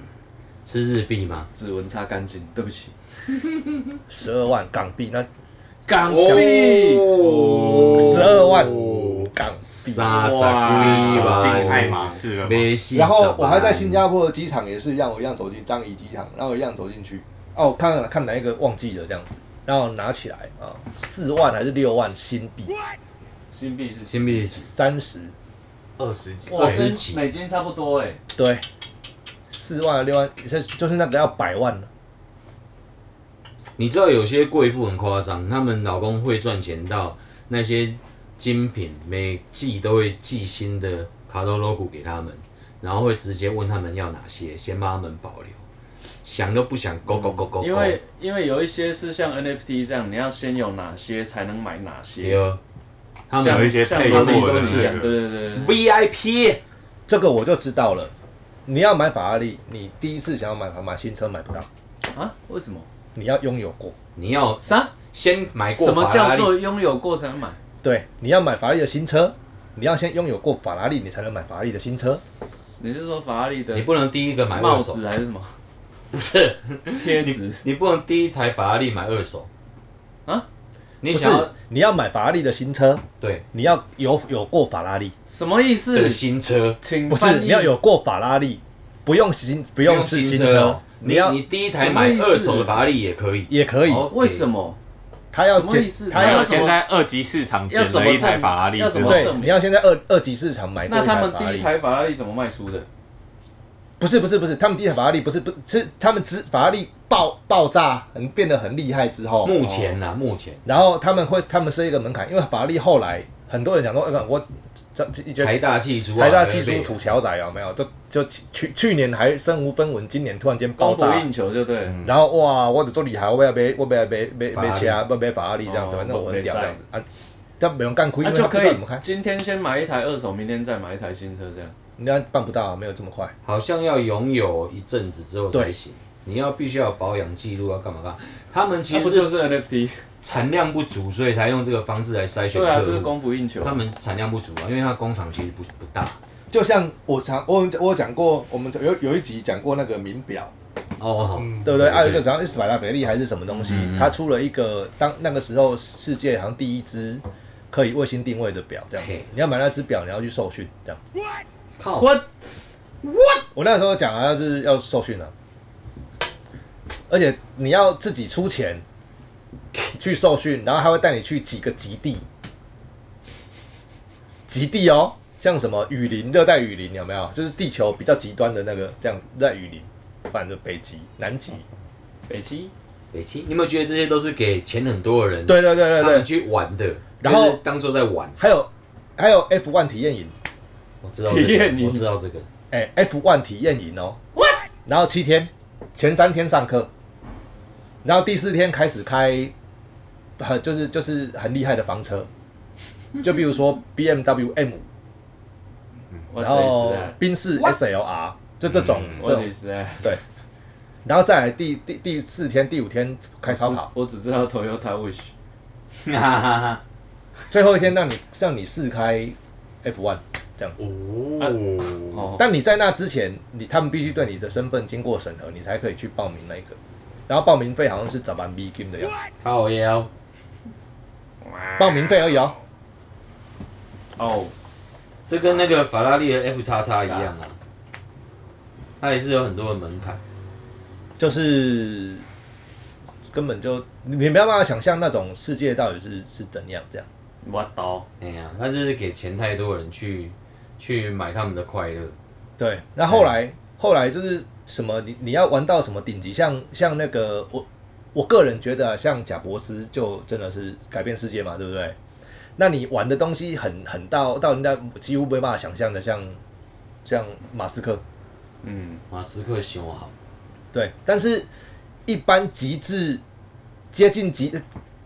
Speaker 3: 是日币吗？
Speaker 2: 指纹擦干净，对不起，
Speaker 4: 十二万港币，那
Speaker 2: 港币
Speaker 3: 哦
Speaker 4: 哦十二万港币。
Speaker 3: 三十
Speaker 2: 哇
Speaker 3: 几
Speaker 1: 走进爱
Speaker 3: 万，
Speaker 1: 马仕了吗？
Speaker 3: 没戏
Speaker 4: 然后我还在
Speaker 3: 怎
Speaker 4: 新
Speaker 3: 么办
Speaker 4: 加坡的机场也是一样，我一样走进樟宜机场，然后一样走进去，哦，看看哪一个忘记了这样子，然后拿起来啊，四、万还是六万新币，
Speaker 2: 新币是
Speaker 3: 新币几
Speaker 4: 三十，
Speaker 1: 二十几，
Speaker 2: 哇，
Speaker 3: 十
Speaker 2: 跟
Speaker 3: 几
Speaker 2: 美金差不多哎，
Speaker 4: 对，四万六万，就是就是那个要百万了，
Speaker 3: 你知道有些贵妇很夸张，她们老公会赚钱到那些精品每季都会寄新的卡多 logo 给他们，然后会直接问他们要哪些，先帮他们保留，想都不想，勾勾勾勾勾。
Speaker 2: 因为因为有一些是像 NFT 这样，你要先有哪些才能买哪
Speaker 3: 第
Speaker 2: 些，
Speaker 3: 二，啊他
Speaker 2: 像
Speaker 1: 有
Speaker 3: 们
Speaker 1: 一些
Speaker 2: 像
Speaker 1: 配
Speaker 3: 货
Speaker 2: 劳力士
Speaker 3: 的
Speaker 2: 一样，
Speaker 1: 那个
Speaker 2: 对对对对，
Speaker 3: VIP
Speaker 4: 这个我就知道了。你要买法拉利，你第一次想要买买新车买不到，
Speaker 2: 啊？为什么？
Speaker 4: 你要拥有过，
Speaker 3: 你要
Speaker 2: 啥？
Speaker 3: 先买过
Speaker 2: 什么
Speaker 3: 法拉
Speaker 2: 叫
Speaker 3: 利
Speaker 2: 做拥有过才能买？
Speaker 4: 对，你要买法拉利的新车，你要先拥有过法拉利，你才能买法拉利的新车。
Speaker 2: 你是说法拉利的
Speaker 3: 你不能第一个买
Speaker 2: 帽
Speaker 3: 二手，
Speaker 2: 子还是什么
Speaker 3: 不是
Speaker 2: 贴纸？
Speaker 3: 你不能第一台法拉利买二手
Speaker 2: 啊？
Speaker 3: 你
Speaker 4: 不是
Speaker 3: 想要，
Speaker 4: 你要买法拉利的新车，
Speaker 3: 对
Speaker 4: 你要有有过法拉利。
Speaker 2: 什么意
Speaker 3: 的
Speaker 2: 思？
Speaker 3: 新车，
Speaker 2: 请
Speaker 4: 不是
Speaker 2: 翻译
Speaker 4: 你要有过法拉利，不用新不
Speaker 3: 不
Speaker 4: 用是新车
Speaker 3: 哦，
Speaker 4: 你
Speaker 3: 你
Speaker 4: 要
Speaker 3: 你第一台买二手的法拉利也可以，
Speaker 4: 也可以。
Speaker 3: 哦
Speaker 2: 为什么？
Speaker 4: 他要
Speaker 2: 什么
Speaker 4: 捡
Speaker 2: 意思，
Speaker 4: 他
Speaker 2: 你
Speaker 4: 要
Speaker 1: 然后
Speaker 2: 怎么
Speaker 1: 现在二级市场捡了一台法拉利
Speaker 2: 要
Speaker 1: 之
Speaker 2: 怎么
Speaker 1: 后，
Speaker 2: 要
Speaker 4: 对
Speaker 2: 怎，么
Speaker 4: 你要先在二二级市场买过
Speaker 2: 那
Speaker 4: 一
Speaker 2: 他
Speaker 4: 台
Speaker 2: 们
Speaker 4: 法拉
Speaker 2: 第一
Speaker 4: 利。
Speaker 2: 台法拉利怎么卖出的？
Speaker 4: 不是不是不是，他们第一台法拉利不是不是他们之法拉利爆爆炸，很变得很厉害之后，
Speaker 3: 目前啦，目前
Speaker 4: 然后他们会他们设一个门槛，因为法拉利后来很多人讲说，哎、我这这一
Speaker 3: 财大气粗啊，
Speaker 4: 台大技术
Speaker 3: 对
Speaker 4: 土桥仔有没有？就就去去年还身无分文，今年突然间爆
Speaker 2: 供不
Speaker 4: 炸，
Speaker 2: 应求就对了。
Speaker 4: 然后哇，我得做厉害，我要买，我要买买
Speaker 3: 法
Speaker 4: 买
Speaker 3: 拉利
Speaker 4: 车，要买法拉利这样子，
Speaker 2: 哦
Speaker 4: 反正我很屌
Speaker 2: 不
Speaker 4: 这
Speaker 2: 可以
Speaker 4: 样子啊。但没人干亏，因
Speaker 2: 那
Speaker 4: 为他
Speaker 2: 啊就可
Speaker 4: 不知道
Speaker 2: 以
Speaker 4: 怎么开，
Speaker 2: 今天先买一台二手，明天再买一台新车，这样。
Speaker 4: 人家办不到啊，没有这么快。
Speaker 3: 好像要拥有一阵子之后才行。你要必须要有保养记录，要啊干嘛干嘛？他们其
Speaker 2: 啊那不
Speaker 3: 实
Speaker 2: 就是是 NFT？
Speaker 3: 产量不足，所以才用这个方式来筛选
Speaker 2: 对啊，就是
Speaker 3: 客户。
Speaker 2: 供不应求。
Speaker 3: 他们产量不足啊，因为他工厂其实不不大
Speaker 4: 就像我常我有我有讲过，我们有有一集讲过那个名表，
Speaker 3: 哦。
Speaker 4: 对不对？
Speaker 3: 对
Speaker 4: 啊嗯还有一个好像是百达翡丽还是什么东西，它出了一个当那个时候世界好像第一只可以卫星定位的表，这样子
Speaker 3: 嘿。
Speaker 4: 你要买那只表，你要去受训，这样子。
Speaker 3: 靠，
Speaker 2: What？
Speaker 4: 我那时候讲啊，就是要受训啊，而且你要自己出钱去受训，然后他会带你去几个极地，极地哦，像什么雨林、热带雨林有没有？就是地球比较极端的那个这样子，热带雨林，反正北极、南极，
Speaker 2: 北七
Speaker 3: 北七，你有没有觉得这些都是给钱很多的人，
Speaker 4: 对对对对
Speaker 3: 他们
Speaker 4: 对，
Speaker 3: 去玩的，
Speaker 4: 然后
Speaker 3: 就是当做在玩。
Speaker 4: 还有还有 F one 体验营，
Speaker 3: 我知道这
Speaker 2: 体验
Speaker 3: 个，
Speaker 2: 营
Speaker 3: 我知道这个。
Speaker 4: 哎、f one 体验营哦，然后七天，前三天上课，然后第四天开始开很就是就是很厉害的房车，就比如说 B M W M，
Speaker 2: 我
Speaker 4: 然
Speaker 2: 等
Speaker 4: 后
Speaker 2: 是啊，
Speaker 4: 宾士 S L R，就这种
Speaker 1: 嗯
Speaker 4: 这
Speaker 2: 我
Speaker 4: 种
Speaker 2: 等是啊，
Speaker 4: 对，然后再来第第第四天第五天开超跑，
Speaker 2: 我只知道 Toyota Wish，
Speaker 3: 哈哈哈，
Speaker 4: 最后一天让你让你试开 F one 这样子。
Speaker 1: 哦，
Speaker 2: 哦，
Speaker 4: 但你在那之前，你他们必须对你的身份经过审核，你才可以去报名那个。然后报名费好像是早班 B game 的样子，
Speaker 3: 靠腰，
Speaker 4: 报名费而已哦。
Speaker 2: 哦，
Speaker 3: 这跟那个法拉利的 F 叉叉一样啊，它也是有很多的门槛，
Speaker 4: 就是根本就你没办法想象那种世界到底是是怎样这样。
Speaker 2: 我懂，
Speaker 3: 哎呀，它就是给钱太多人去去买他们的快乐，
Speaker 4: 对，那后来、后来就是什么，你你要玩到什么顶级，像像那个我我个人觉得啊、像贾博斯就真的是改变世界嘛，对不对？那你玩的东西很很到到人家几乎没办法想象的，像像马斯克，
Speaker 2: 嗯，
Speaker 3: 马斯克修好，
Speaker 4: 对，但是一般极致接近极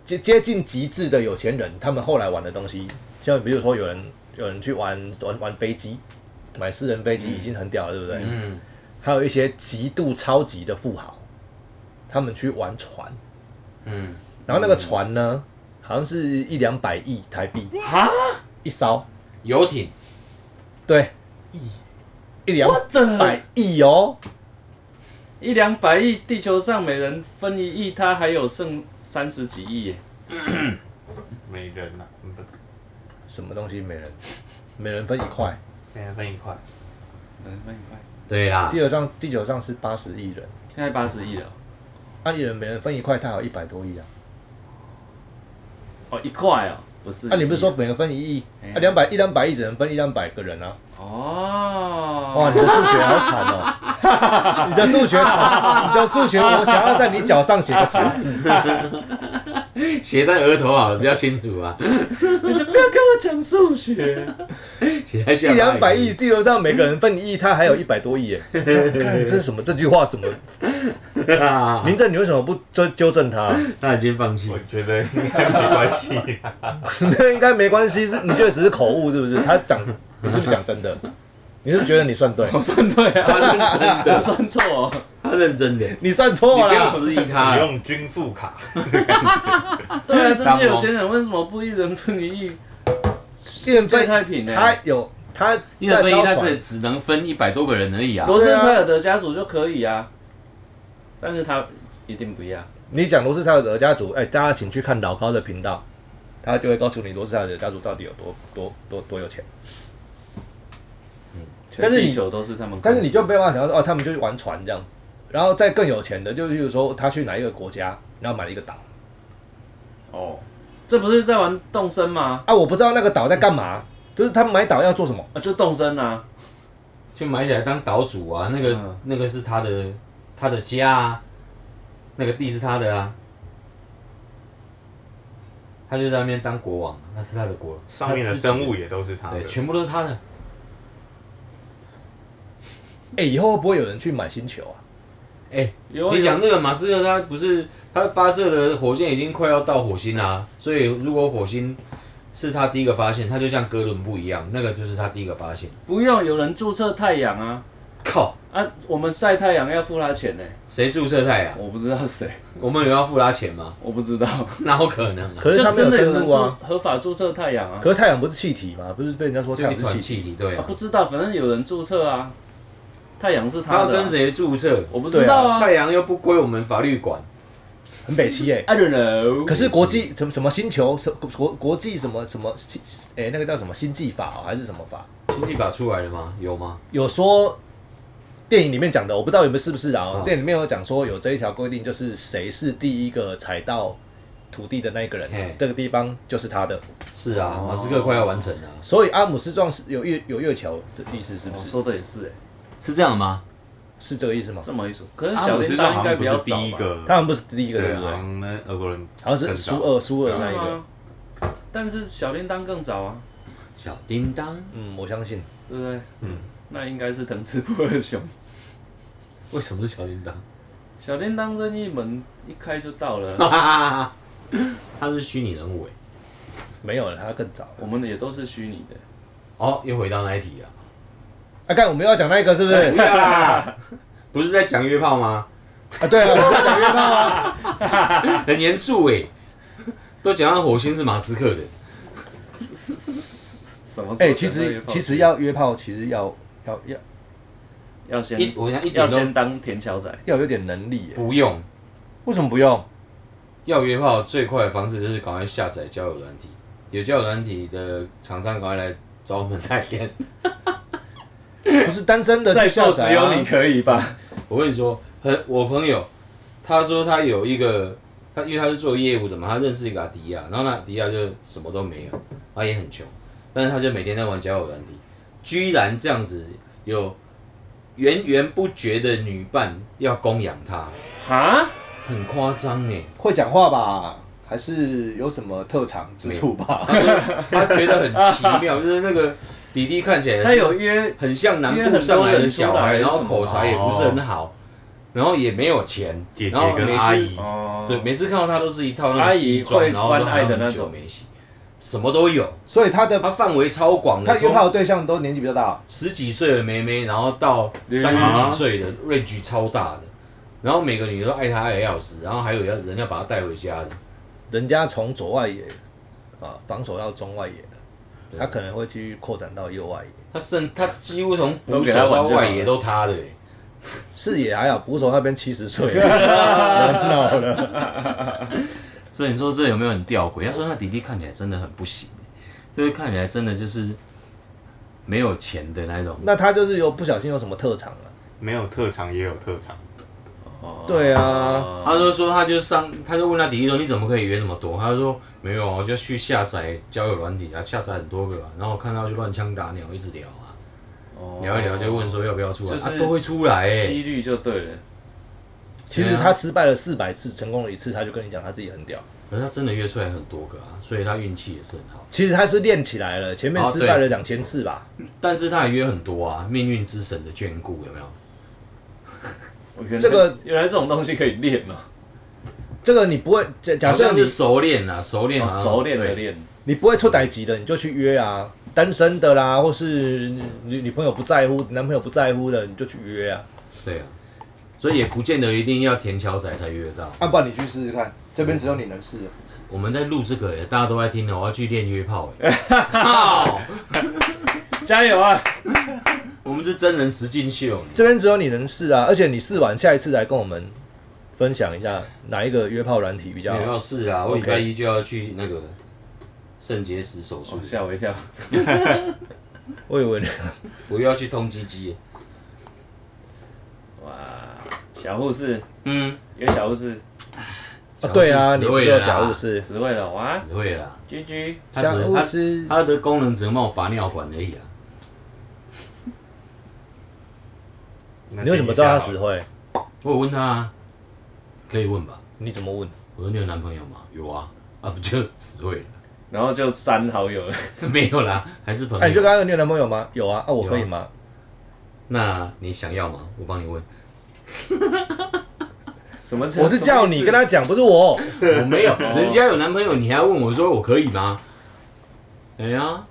Speaker 4: 接接近极致的有钱人，他们后来玩的东西，像比如说有人有人去玩玩玩飞机，买私人飞机已经很屌了，对不对？
Speaker 3: 嗯，
Speaker 4: 还有一些极度超级的富豪，他们去玩船，
Speaker 3: 嗯，
Speaker 4: 然后那个船呢，好像是一两百亿台币
Speaker 2: 哈，
Speaker 4: 一艘，
Speaker 3: 游艇，
Speaker 4: 对，一一两百亿哦，
Speaker 2: 一两百亿，地球上每人分一亿，他还有剩三十几亿耶，
Speaker 1: 每人呐，嗯不
Speaker 4: 什么东西每人每人分一块，
Speaker 1: 现在分一块，
Speaker 2: 嗯，那一块，
Speaker 3: 对啊啦
Speaker 4: 地，球上地球上是八十亿人，
Speaker 2: 现在八十亿了，
Speaker 4: 按一人每人分一块，他有一百多亿啊，
Speaker 2: 哦，一块哦，不是，
Speaker 4: 那、啊你不是说每人分一亿
Speaker 2: 哎？呀
Speaker 4: 啊，两百一两百亿只能分一两百个人啊！
Speaker 2: 哦，
Speaker 4: 哇，你的数学好惨哦， <laughs> 你的数学惨，你的数学我想要在你脚上写 <laughs> 个惨字。
Speaker 3: 写在额头好了，比较清楚啊，
Speaker 2: 你就不要跟我讲数学，
Speaker 4: <laughs>
Speaker 3: 写在下巴也可
Speaker 4: 一
Speaker 3: 以
Speaker 4: 两
Speaker 3: <laughs>
Speaker 4: 百亿，地球上每个人分一亿，他还有一百多亿耶！看这是什么？这句话怎么？
Speaker 3: 哈
Speaker 4: 明正，你为什么不纠纠正他？
Speaker 3: 他已经放弃
Speaker 1: 我，觉得应该没关系啦。
Speaker 4: <laughs> 那应该没关系，是你确实是口误，是不是？他讲，你是不是讲真的？你是不是觉得你算 <laughs> 对？
Speaker 2: 我算对啊，我算错哦，
Speaker 3: 他认真
Speaker 4: <laughs>
Speaker 3: 的，你
Speaker 4: 你算
Speaker 3: 不
Speaker 4: 错
Speaker 3: 要
Speaker 4: 了。
Speaker 3: 质疑他
Speaker 1: 使
Speaker 3: 了，
Speaker 1: 用均富卡，
Speaker 2: <laughs> 对啊，这
Speaker 3: 当
Speaker 2: 些有
Speaker 3: 哦
Speaker 2: 钱人为什么不一人分一亿？
Speaker 4: 一人
Speaker 2: 世
Speaker 4: 分
Speaker 2: 界太平呢、
Speaker 4: 他有他
Speaker 3: 一人
Speaker 4: 在
Speaker 3: 分一，
Speaker 4: 招
Speaker 3: 他
Speaker 4: 船
Speaker 3: 是，只能分一百多个人而已啊，
Speaker 2: 罗斯柴尔德家族就可以啊，但是他一定不要。
Speaker 4: 你讲罗斯柴尔德家族，哎，大家请去看老高的频道，他就会告诉你罗斯柴尔德家族到底有多多多多有钱。但是
Speaker 2: 全
Speaker 4: 你
Speaker 2: 地球都是他们控制，
Speaker 4: 但是你就没有办法想到说哦，他们就是玩船这样子，然后再更有钱的，就例如说他去哪一个国家，然后买了一个岛
Speaker 2: 哦，这不是在玩动身吗？
Speaker 4: 啊，我不知道那个岛在干嘛，就是他们买岛要做什么，
Speaker 2: 啊，就动身啊，
Speaker 3: 去买起来当岛主啊，那个、
Speaker 2: 嗯
Speaker 3: 那个是他的他的家啊，那个地是他的啊，他就在那边当国王，啊那是他的国，
Speaker 1: 上面的生物也都是他
Speaker 3: 他自
Speaker 1: 的
Speaker 3: 己的，对，，全部都是他的，
Speaker 4: 哎、以后会不会有人去买星球啊？
Speaker 3: 哎、
Speaker 2: 有啊
Speaker 3: 你讲
Speaker 2: 有
Speaker 3: 这个马斯克，他不是他发射的火箭已经快要到火星啦、所以如果火星是他第一个发现，他就像哥伦布一样，那个就是他第一个发现。
Speaker 2: 不用有人注册太阳啊
Speaker 3: 靠，
Speaker 2: 啊！我们晒太阳要付他钱呢、
Speaker 3: 谁注册太阳？
Speaker 2: 我不知道谁，
Speaker 3: 我们有要付他钱吗？ <laughs>
Speaker 2: 我不知道，
Speaker 3: 哪有可能啊？
Speaker 4: 可是他
Speaker 2: 就真
Speaker 4: 没
Speaker 2: 的有
Speaker 4: 登
Speaker 2: 人
Speaker 4: 陆
Speaker 2: 注
Speaker 4: 啊。
Speaker 2: 合法注册太阳啊
Speaker 4: 可是太阳不是气体吗？不是被人家说太
Speaker 3: 就一
Speaker 4: 阳是
Speaker 3: 团
Speaker 4: 气体？
Speaker 3: 气体，对
Speaker 2: 啊
Speaker 3: 啊，
Speaker 2: 不。知道，反正有人注册啊，太阳是
Speaker 3: 他要
Speaker 2: 的啊、
Speaker 3: 跟谁注册？
Speaker 2: 我不知道啊。
Speaker 3: 太阳又不归我们法律管，
Speaker 4: 很北七耶、
Speaker 2: I don't know。
Speaker 4: 可是国际什么什么星球什国国国际什么什么星哎、那个叫什么星际法、哦、还是什么法？
Speaker 3: 经济法出来了吗？有吗？
Speaker 4: 有说电影里面讲的，我不知道有没有是不是啊？
Speaker 3: 嗯
Speaker 4: 电影里面有讲说有这一条规定，就是谁是第一个踩到土地的那一个人
Speaker 3: 嘿，
Speaker 4: 这个地方就是他的。
Speaker 3: 是啊，
Speaker 2: 哦
Speaker 3: 马斯克快要完成了，
Speaker 4: 所以阿姆斯壮是有月有月球的意思，是不
Speaker 2: 我
Speaker 4: 是？
Speaker 2: 说的也是、欸，
Speaker 3: 是这样吗？
Speaker 4: 是这个意思吗？
Speaker 2: 这么一说，可是
Speaker 1: 阿
Speaker 2: 小
Speaker 1: 姆斯
Speaker 2: 铃
Speaker 1: 壮
Speaker 2: 铛啊
Speaker 1: 好
Speaker 2: 应该比
Speaker 1: 像不
Speaker 2: 较
Speaker 1: 是
Speaker 2: 早
Speaker 1: 第一
Speaker 2: 吧
Speaker 1: 个，
Speaker 4: 他们不是第一个，对
Speaker 1: 对，
Speaker 4: 不对？
Speaker 1: 好像那俄国人
Speaker 4: 好像是
Speaker 1: 更早
Speaker 4: 苏，俄苏俄
Speaker 2: 是
Speaker 4: 那一个
Speaker 2: 吗。？但是小铃铛更早啊，
Speaker 3: 小叮当，
Speaker 4: 嗯，我相信。
Speaker 2: 对不对？
Speaker 1: 嗯，
Speaker 2: 那应该是藤子不二雄。
Speaker 3: 为什么是小叮当？ <laughs>
Speaker 2: 小叮当任意门一开就到了，
Speaker 3: <laughs> 哈哈哈哈他是虚拟人物哎。
Speaker 4: 没有了，他更早了。
Speaker 2: 我们也都是虚拟的。
Speaker 3: 哦，又回到那一题
Speaker 2: <laughs>
Speaker 3: 了，
Speaker 4: 啊，干，我们又要讲那个是不是？
Speaker 3: 要啦，不是在讲约炮吗？
Speaker 4: 啊，对啊，我们讲约炮啊。
Speaker 3: 很严肃哎，都讲到火星是马斯克的，
Speaker 2: 什么时候讲到约炮？
Speaker 4: 哎、其实其实要约炮，其实要要要
Speaker 2: 要先
Speaker 3: 一我想一
Speaker 2: 要
Speaker 3: 点
Speaker 2: 先
Speaker 3: 都
Speaker 2: 当田桥仔，
Speaker 4: 要有点能力耶。
Speaker 3: 不用。
Speaker 4: 为什么不用？
Speaker 3: 要约炮最快的方式就是赶快下载交友软体，有交友软体的厂商赶快来找我们 <laughs> 代言。
Speaker 4: 不是单身的
Speaker 2: 在
Speaker 4: 去下
Speaker 2: 座
Speaker 4: 载、啊、
Speaker 2: 只有你可以吧？
Speaker 3: 我跟你说，很我朋友，他说他有一个，他因为他是做业务的嘛，他认识一个阿迪亚，然后那阿迪亚就什么都没有，他也很穷，但是他就每天在玩交友软体，居然这样子有源源不绝的女伴要供养他，
Speaker 2: 啊？
Speaker 3: 很夸张哎，
Speaker 4: 会讲话吧？还是有什么特长之处吧？ <laughs>
Speaker 3: 他觉得很奇
Speaker 2: <laughs>
Speaker 3: 妙，就是那个弟弟看起来
Speaker 2: 他
Speaker 3: 是
Speaker 2: 有约
Speaker 3: 很像南部上来的小孩，
Speaker 2: 因为很多人出来哦
Speaker 3: 然后口才也不是很好，然后也没有钱，
Speaker 1: 姐姐
Speaker 3: 然后每
Speaker 1: 跟
Speaker 3: 次
Speaker 1: 阿姨，
Speaker 2: 哦
Speaker 3: 对，每次看到他都是一套那
Speaker 2: 阿
Speaker 3: 个
Speaker 2: 姨
Speaker 3: 西装，
Speaker 2: 会
Speaker 3: 然后都
Speaker 2: 关爱的
Speaker 3: 好像
Speaker 2: 那
Speaker 3: 很久
Speaker 2: 种
Speaker 3: 没洗，什么都有，
Speaker 4: 所以他的
Speaker 3: 他范围超广的，
Speaker 4: 他约
Speaker 3: 从
Speaker 4: 炮的对象都年纪比较大，哦
Speaker 3: 十几岁的妹妹，然后到
Speaker 2: 对
Speaker 3: 三十
Speaker 1: 啊
Speaker 3: 几岁的 range 超大的，然后每个女的都爱他爱的要死，然后还有要人要把他带回家的，
Speaker 4: 人家从左外野啊防守到中外野的，
Speaker 3: 对
Speaker 4: 他可能会去扩展到右外野。
Speaker 3: 他甚他几乎从
Speaker 2: 都
Speaker 3: 捕
Speaker 2: 给
Speaker 3: 手
Speaker 2: 他玩
Speaker 3: 到
Speaker 2: 就好
Speaker 3: 外
Speaker 2: 了
Speaker 3: 野都他的、欸
Speaker 4: 视野还好，捕手那边七十 <laughs> 岁了，人老了。
Speaker 3: 所以你说这有没有很吊诡？他说那弟弟看起来真的很不行，就是看起来真的就是没有钱的那种。
Speaker 4: 那他就是有不小心有什么特长了、
Speaker 1: 没有特长也有特长，
Speaker 2: 哦
Speaker 4: 对啊
Speaker 3: 他就说他就上，他就问他弟弟说你怎么可以约那么多？他就说没有啊，我就去下载交友软体啊，下载很多个、啊，然后看到就乱枪打鸟，一直聊啊，
Speaker 2: 哦
Speaker 3: 聊一聊就问说要不要出来，
Speaker 2: 就是
Speaker 3: 啊、都会出来哎、
Speaker 2: 几率就对了。
Speaker 4: 其实他失败了四百次，成功了一次，他就跟你讲他自己很屌。
Speaker 3: 可是他真的约出来很多个啊，所以他运气也是很好。
Speaker 4: 其实他是练起来了，前面
Speaker 3: 哦
Speaker 4: 失败了两千次吧。
Speaker 3: 但是他也约很多啊，命运之神的眷顾有没有？
Speaker 2: 我原来
Speaker 4: 这个
Speaker 2: 原来这种东西可以练哦，
Speaker 4: 这个你不会假假
Speaker 3: 好
Speaker 4: 设
Speaker 3: 像
Speaker 4: 你
Speaker 3: 是熟练啊，熟练啊，
Speaker 2: 哦熟练的
Speaker 3: 对
Speaker 2: 练，
Speaker 4: 你不会出歹级的，你就去约啊，单身的啦，或是女女朋友不在乎、男朋友不在乎的，你就去约啊。
Speaker 3: 对啊，所以也不见得一定要田桥仔才约得到。
Speaker 4: 啊，不然你去试试看，这边只有你能试。
Speaker 3: 我们在录这个耶，大家都在听的，我要去练约炮
Speaker 2: <laughs>
Speaker 3: 欸耶。靠
Speaker 2: 加油啊！
Speaker 3: 我们是真人实境秀，
Speaker 4: 这边只有你能试啊，而且你试完，下一次来跟我们分享一下哪一个约炮软体比
Speaker 3: 你
Speaker 4: 较好。
Speaker 3: 要试啊！我
Speaker 4: OK
Speaker 3: 礼拜一就要去那个肾结石手术
Speaker 2: 哦，吓我一跳，
Speaker 4: 我
Speaker 3: <laughs>
Speaker 4: 以为你
Speaker 3: 我又要去通鸡鸡耶。
Speaker 2: 哇！小护士，
Speaker 3: 嗯，
Speaker 2: 因为小护士
Speaker 4: 啊，对啊，
Speaker 3: 小护士死会了
Speaker 4: 你不是有
Speaker 3: 啦
Speaker 4: 小护士，
Speaker 2: 死会了哇！
Speaker 3: 只会啦，
Speaker 2: 居居，
Speaker 3: 他
Speaker 4: 小
Speaker 3: 只
Speaker 4: 护
Speaker 3: 他
Speaker 4: 士
Speaker 3: 他的功能只能帮我拔尿管而已啊。
Speaker 1: 那
Speaker 4: 你为什么知
Speaker 1: 建议
Speaker 4: 道
Speaker 1: 一下
Speaker 4: 他死
Speaker 1: 好了？
Speaker 4: 会？
Speaker 3: 我有问他啊，可以问吧？
Speaker 4: 你怎么问？
Speaker 3: 我说你有男朋友吗？有啊，啊不就 <laughs> 死会了？
Speaker 2: 然后就删好友了，
Speaker 3: 没有啦，还是朋友。
Speaker 4: 哎，你就刚刚你有男朋友吗？有啊，啊，我可以吗？
Speaker 3: 那你想要吗？我帮你问。
Speaker 2: 什么？
Speaker 3: 啊
Speaker 4: 我是叫你跟
Speaker 2: 什么
Speaker 4: 他讲，不是我。
Speaker 3: 我没
Speaker 4: <laughs>
Speaker 3: 有，
Speaker 4: 哦
Speaker 3: 人家有男朋友，你还要问我说我可以吗？哎呀，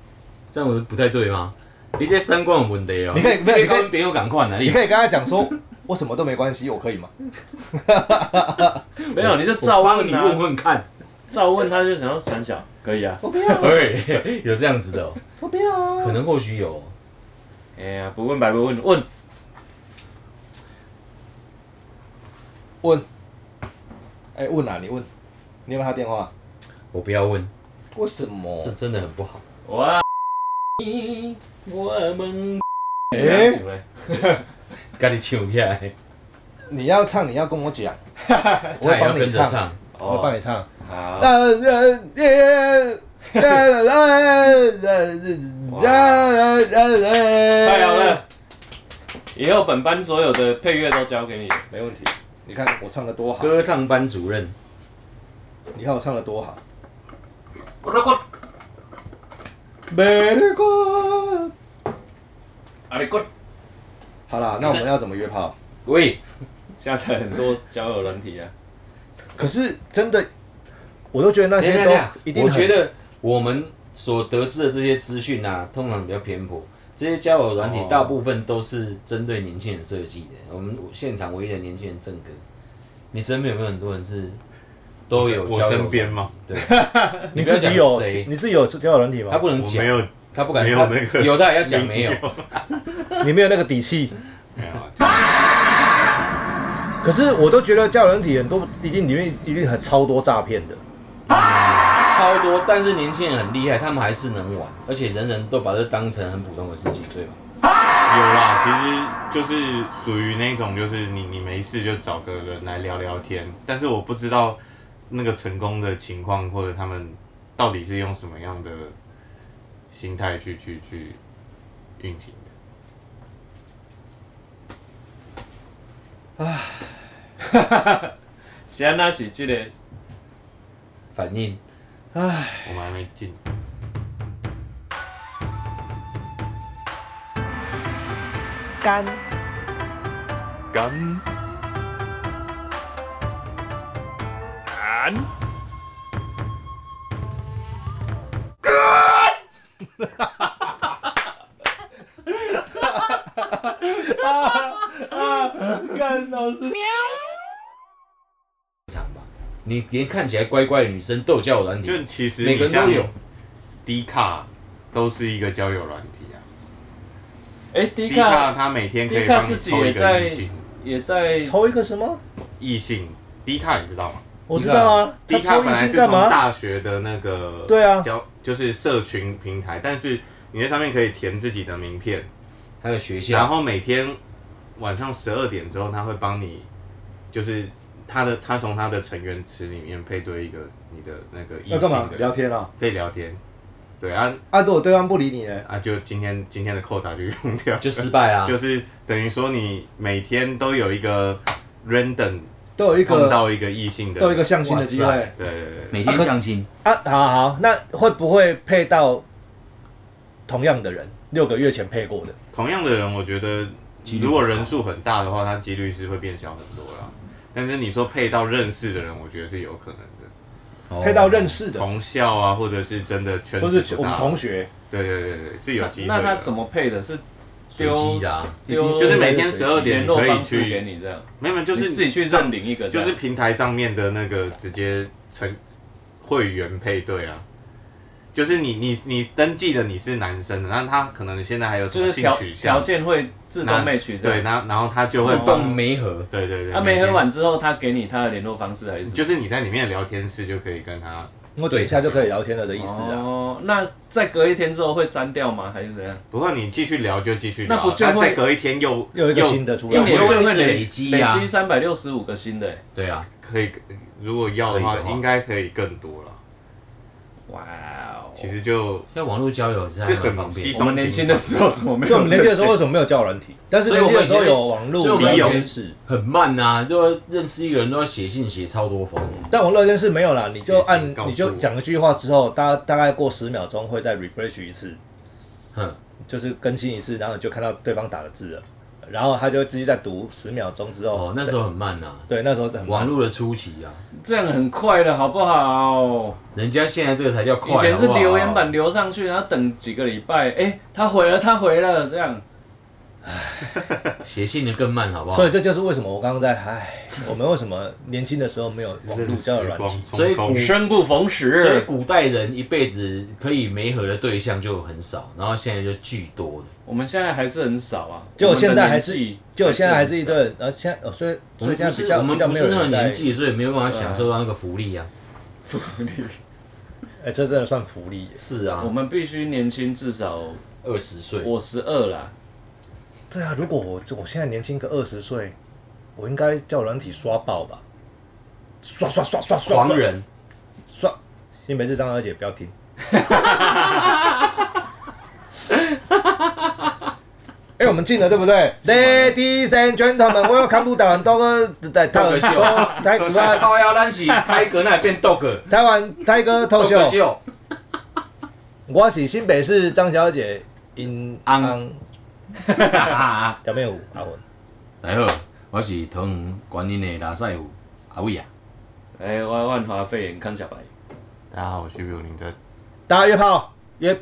Speaker 3: 这样我不太对吗？你这三观有问题哦、
Speaker 4: 你可以 <laughs> 没有
Speaker 3: 你
Speaker 4: 你
Speaker 3: 可以
Speaker 4: 可以
Speaker 3: 跟别人赶快哪
Speaker 4: 你
Speaker 3: 里？
Speaker 4: 可以跟他讲说，我什么都没关系，我可以吗？
Speaker 2: 意思没有，你就照
Speaker 3: 我帮你
Speaker 2: 问
Speaker 3: 问
Speaker 2: 啊，
Speaker 3: 问看。
Speaker 2: 照问他就想要删小，可以啊。
Speaker 4: 我不要，
Speaker 3: 对，有这样子的哦、
Speaker 4: 我不要啊。
Speaker 3: 可能或许有哦。
Speaker 2: 哎呀，不问白不问，问
Speaker 4: 问，哎、问啊，你问，你有没有他电话？
Speaker 3: 我不要问，
Speaker 4: 为什么
Speaker 3: 这真的很不好。
Speaker 2: 哇！
Speaker 3: 我们
Speaker 4: 哎、
Speaker 3: 赶紧请下来，
Speaker 4: 你要唱，你要跟我 <laughs> 讲，我
Speaker 3: 他
Speaker 4: 会
Speaker 3: 也要
Speaker 4: 帮
Speaker 3: 跟
Speaker 4: 你
Speaker 3: 着
Speaker 4: 唱，
Speaker 3: 唱。
Speaker 4: 我会帮你
Speaker 2: 哦，
Speaker 4: 唱。
Speaker 2: 好，
Speaker 4: 呃呃呃呃呃呃呃呃
Speaker 2: 太好了，。以后本班所有的配乐都交给你了。
Speaker 4: 没问题。你看我唱的多好，
Speaker 3: 歌唱班主任，
Speaker 4: 你看我唱的多好。
Speaker 2: 我都滚，
Speaker 4: 美丽国。
Speaker 2: 啊你滚！
Speaker 4: 好啦，那我们要怎么约炮？
Speaker 3: 喂，
Speaker 4: <laughs>
Speaker 2: 下载很多交友软体啊，
Speaker 4: 可是真的，我都觉得那
Speaker 3: 等一
Speaker 4: 些
Speaker 3: 下
Speaker 4: 都
Speaker 3: 等一下
Speaker 4: 一定
Speaker 3: 我
Speaker 4: 很
Speaker 3: 觉得我们所得知的这些资讯啊，通常比较偏颇。这些交友软体
Speaker 4: 哦
Speaker 3: 大部分都是针对年轻人设计的。我们现场唯一的年轻人正哥，你身边有没有很多人是都有
Speaker 1: 我
Speaker 3: 交友
Speaker 1: 身边吗？
Speaker 3: 对，
Speaker 4: 你
Speaker 3: 不要
Speaker 4: 自
Speaker 3: 讲
Speaker 4: 己有
Speaker 3: 谁，
Speaker 4: 你自己有交友软体吗？
Speaker 3: 他不能
Speaker 1: 我没
Speaker 3: 讲，
Speaker 1: 有，
Speaker 3: 他不敢，
Speaker 1: 没有
Speaker 3: 他
Speaker 1: 那个
Speaker 3: 有他也要讲没有。
Speaker 4: 你没有那个底气。
Speaker 1: 没有啊，
Speaker 4: 可是我都觉得交友软体很多一定里面一定很超多诈骗的。
Speaker 3: 超多，但是年轻人很厉害，他们还是能玩，而且人人都把这当成很普通的事情，对吧？
Speaker 1: 有啦，其实就是属于那种，就是你你没事就找个人来聊聊天，但是我不知道那个成功的情况，或者他们到底是用什么样的心态去去去运行的。
Speaker 2: 是安那是这个
Speaker 3: 反应
Speaker 1: 我们还没进，
Speaker 4: 干
Speaker 1: 干
Speaker 4: 干老师，
Speaker 3: 场吧。你连看起来乖乖的女生都有交友软
Speaker 1: 就
Speaker 3: 体，
Speaker 1: 其实
Speaker 3: 每个人
Speaker 1: 你
Speaker 3: 都
Speaker 1: 像
Speaker 3: 有。
Speaker 1: 低卡都是一个交友软体啊，
Speaker 2: 哎，迪
Speaker 1: 低
Speaker 2: 卡
Speaker 1: 卡它每天可
Speaker 2: 迪
Speaker 1: 以
Speaker 2: 卡
Speaker 1: 帮
Speaker 2: 自
Speaker 1: 你
Speaker 2: 己
Speaker 1: 抽
Speaker 2: 也
Speaker 1: 一个
Speaker 2: 在
Speaker 1: 异性，
Speaker 2: 也在
Speaker 4: 抽一个什么？
Speaker 1: 异性低卡你知道吗？
Speaker 4: 我知道啊，他
Speaker 1: 迪卡
Speaker 4: 抽
Speaker 1: 本
Speaker 4: 异
Speaker 1: 来
Speaker 4: 性
Speaker 1: 是从
Speaker 4: 干嘛？
Speaker 1: 大学的那个
Speaker 4: 对啊
Speaker 1: 交就是社群平台，但是你在上面可以填自己的名片，
Speaker 3: 还有学
Speaker 1: 然
Speaker 3: 校，
Speaker 1: 后每天晚上十二点之后，他会帮你，就是他的他从他的成员池里面配对一个你的那个异
Speaker 4: 要
Speaker 1: 性
Speaker 4: 干嘛
Speaker 1: 的？
Speaker 4: 聊天啊？
Speaker 1: 可以聊天，对啊
Speaker 4: 啊，如果对方不理你呢？
Speaker 1: 啊，就今天今天的扣打就用掉，
Speaker 3: 就失败啊。
Speaker 1: 就是等于说你每天都有一个 random
Speaker 4: 都有一
Speaker 1: 碰
Speaker 4: 个
Speaker 1: 到一个异性的，
Speaker 4: 都有一个相亲的机
Speaker 3: 哇
Speaker 4: 会
Speaker 3: 塞
Speaker 1: 对对对对，
Speaker 3: 每天相亲，
Speaker 4: 啊。好好，那会不会配到同样的人？六个月前配过的，
Speaker 1: 同样的人，我觉得
Speaker 3: 几率
Speaker 1: 如果人数很大的话，它几率是会变小很多啦。但是你说配到认识的人，我觉得是有可能的，
Speaker 3: 哦
Speaker 4: 配到认
Speaker 3: 识，
Speaker 4: 识的，
Speaker 1: 同校啊，或者是真的圈
Speaker 4: 或
Speaker 1: 子
Speaker 4: 是
Speaker 1: 不
Speaker 4: 我们
Speaker 1: 大。
Speaker 4: 同学，
Speaker 1: 对对对对，是有机会
Speaker 2: 那
Speaker 1: 的。
Speaker 2: 他怎么配的？是
Speaker 3: 随
Speaker 2: 丢
Speaker 3: 机的啊。
Speaker 2: 丢
Speaker 1: 就是每天
Speaker 4: 随
Speaker 1: 十
Speaker 4: 机
Speaker 1: 二点
Speaker 2: 联
Speaker 1: 你
Speaker 2: 络
Speaker 1: 可以
Speaker 2: 方式给
Speaker 1: 去，
Speaker 2: 你这样，
Speaker 1: 没有没有，就
Speaker 2: 就是
Speaker 1: 是
Speaker 2: 自己去认领一个这
Speaker 1: 就
Speaker 2: 样，
Speaker 1: 是平台上面的那个直接成会员配对啊。就是你你你登记的你是男生的，那他可能现在还有什
Speaker 2: 就
Speaker 1: 么
Speaker 2: 是
Speaker 1: 性
Speaker 2: 条
Speaker 1: 取
Speaker 2: 条
Speaker 1: 向，
Speaker 2: 件会自动
Speaker 1: 那
Speaker 2: match 这
Speaker 1: 对，
Speaker 2: 样。
Speaker 1: 那然后他就会
Speaker 3: 自
Speaker 1: 帮
Speaker 3: 动媒合，
Speaker 1: 对对对，
Speaker 2: 他
Speaker 1: 每
Speaker 2: 没喝
Speaker 1: 天
Speaker 2: 完之后，他给你他的联络方式还是什么
Speaker 1: 就是你在里面的聊天室就可以跟他，
Speaker 4: 我等一下就可以聊天了的意思啊。
Speaker 2: 哦，那再隔一天之后会删掉吗？还是怎样？
Speaker 1: 不过你继续聊就继续聊，
Speaker 2: 那不就
Speaker 1: 但
Speaker 2: 会
Speaker 1: 再隔一天又
Speaker 4: 又有一个新的
Speaker 1: 哎
Speaker 4: 出
Speaker 2: 一
Speaker 4: 来，
Speaker 2: 年就会
Speaker 3: 累积啊
Speaker 2: 累积三百六十五个新的欸，
Speaker 3: 对啊，
Speaker 1: 可以，如果要的话
Speaker 3: 可以的话
Speaker 1: 应该可以更多了。
Speaker 2: 哇哦！
Speaker 1: 其实就
Speaker 3: 像网络交友是还
Speaker 1: 是很
Speaker 3: 蛮方便
Speaker 1: 稀
Speaker 3: 的。
Speaker 2: 我们年轻的时候怎么没
Speaker 4: 对，
Speaker 2: 有？
Speaker 4: 我们年轻的时候为什么没有交友软体？但是
Speaker 3: 所以
Speaker 4: 年
Speaker 3: 我
Speaker 4: 轻
Speaker 3: 们以
Speaker 4: 的时候
Speaker 3: 前
Speaker 4: 有网
Speaker 3: 所以
Speaker 4: 络
Speaker 3: 我
Speaker 1: 们以前
Speaker 4: 聊天室，
Speaker 3: 很慢啊，就要认识一个人都要写信写超多封，
Speaker 4: 但网络聊天室没有啦，你就
Speaker 1: 也
Speaker 4: 按
Speaker 1: 是告诉
Speaker 4: 你就
Speaker 1: 我
Speaker 4: 讲一句话之后，大大概过十秒钟会再 refresh 一次，
Speaker 3: 哼，
Speaker 4: 就是更新一次，然后你就看到对方打的字了，然后他就直接在读十秒钟之后
Speaker 3: 哦，，那时候很慢啊，
Speaker 4: 对那时候很
Speaker 3: 网络的初期啊，
Speaker 2: 这样很快的好不好？
Speaker 3: 人家现在这个才叫快，
Speaker 2: 以前是
Speaker 3: 好不好
Speaker 2: 留言板留上去，然后等几个礼拜，哎，他回了，他回了，这样
Speaker 3: 写信的更慢，好不好
Speaker 4: 所？以这就是为什么我刚刚在唉，我们为什么年轻的时候没有网络交友软体？
Speaker 1: 所
Speaker 3: 所以
Speaker 1: 以
Speaker 3: 古
Speaker 2: 生不逢
Speaker 3: 嗯所以
Speaker 2: 时。
Speaker 3: 古代人一辈子可以媒合的对象就很少，然后现在就巨多了。
Speaker 2: 我们现在还是很少啊，
Speaker 4: 就现在还
Speaker 2: 我们的
Speaker 4: 是
Speaker 2: 年纪，
Speaker 4: 就现在还是一
Speaker 2: 很少
Speaker 4: 堆，呃，现在呃，所以
Speaker 3: 我
Speaker 4: 所以
Speaker 3: 们
Speaker 4: 现在
Speaker 3: 不
Speaker 4: 比
Speaker 3: 是
Speaker 4: 较
Speaker 3: 我们
Speaker 4: 比较
Speaker 3: 不
Speaker 4: 没有
Speaker 3: 是那个
Speaker 4: 人在
Speaker 3: 年，纪，所以没有办法享受到那个福利啊。
Speaker 4: 哎，这真的算福利耶。
Speaker 3: 是啊
Speaker 2: <laughs> 我，们必须年轻，至少
Speaker 3: 二十岁，
Speaker 2: 我十二啦，
Speaker 4: 对啊，如果我我现在年轻个二十岁，我应该叫软体刷爆吧，刷刷刷刷刷，
Speaker 3: 狂
Speaker 4: <laughs>
Speaker 3: 人，
Speaker 4: 刷。新北市张二姐不要听，哎、我们进了对不对？Ladies and gentlemen，welcome to 台湾 Dog 台
Speaker 3: 脱口秀
Speaker 4: 台
Speaker 3: <laughs>
Speaker 4: 台
Speaker 3: 靠腰咱是泰格那变 <laughs> dog
Speaker 4: 台湾台哥透
Speaker 3: dog
Speaker 4: 秀，
Speaker 3: 秀，
Speaker 4: 我是新北市张小姐因
Speaker 3: 昂
Speaker 4: 昂
Speaker 3: 来
Speaker 4: 表妹舞阿文，
Speaker 3: 好，我是桃园观音的拉塞虎阿伟啊，
Speaker 2: 哎，万万华肺炎康小白，
Speaker 3: 大家好，我是 Bill 林真。
Speaker 4: 大家约炮约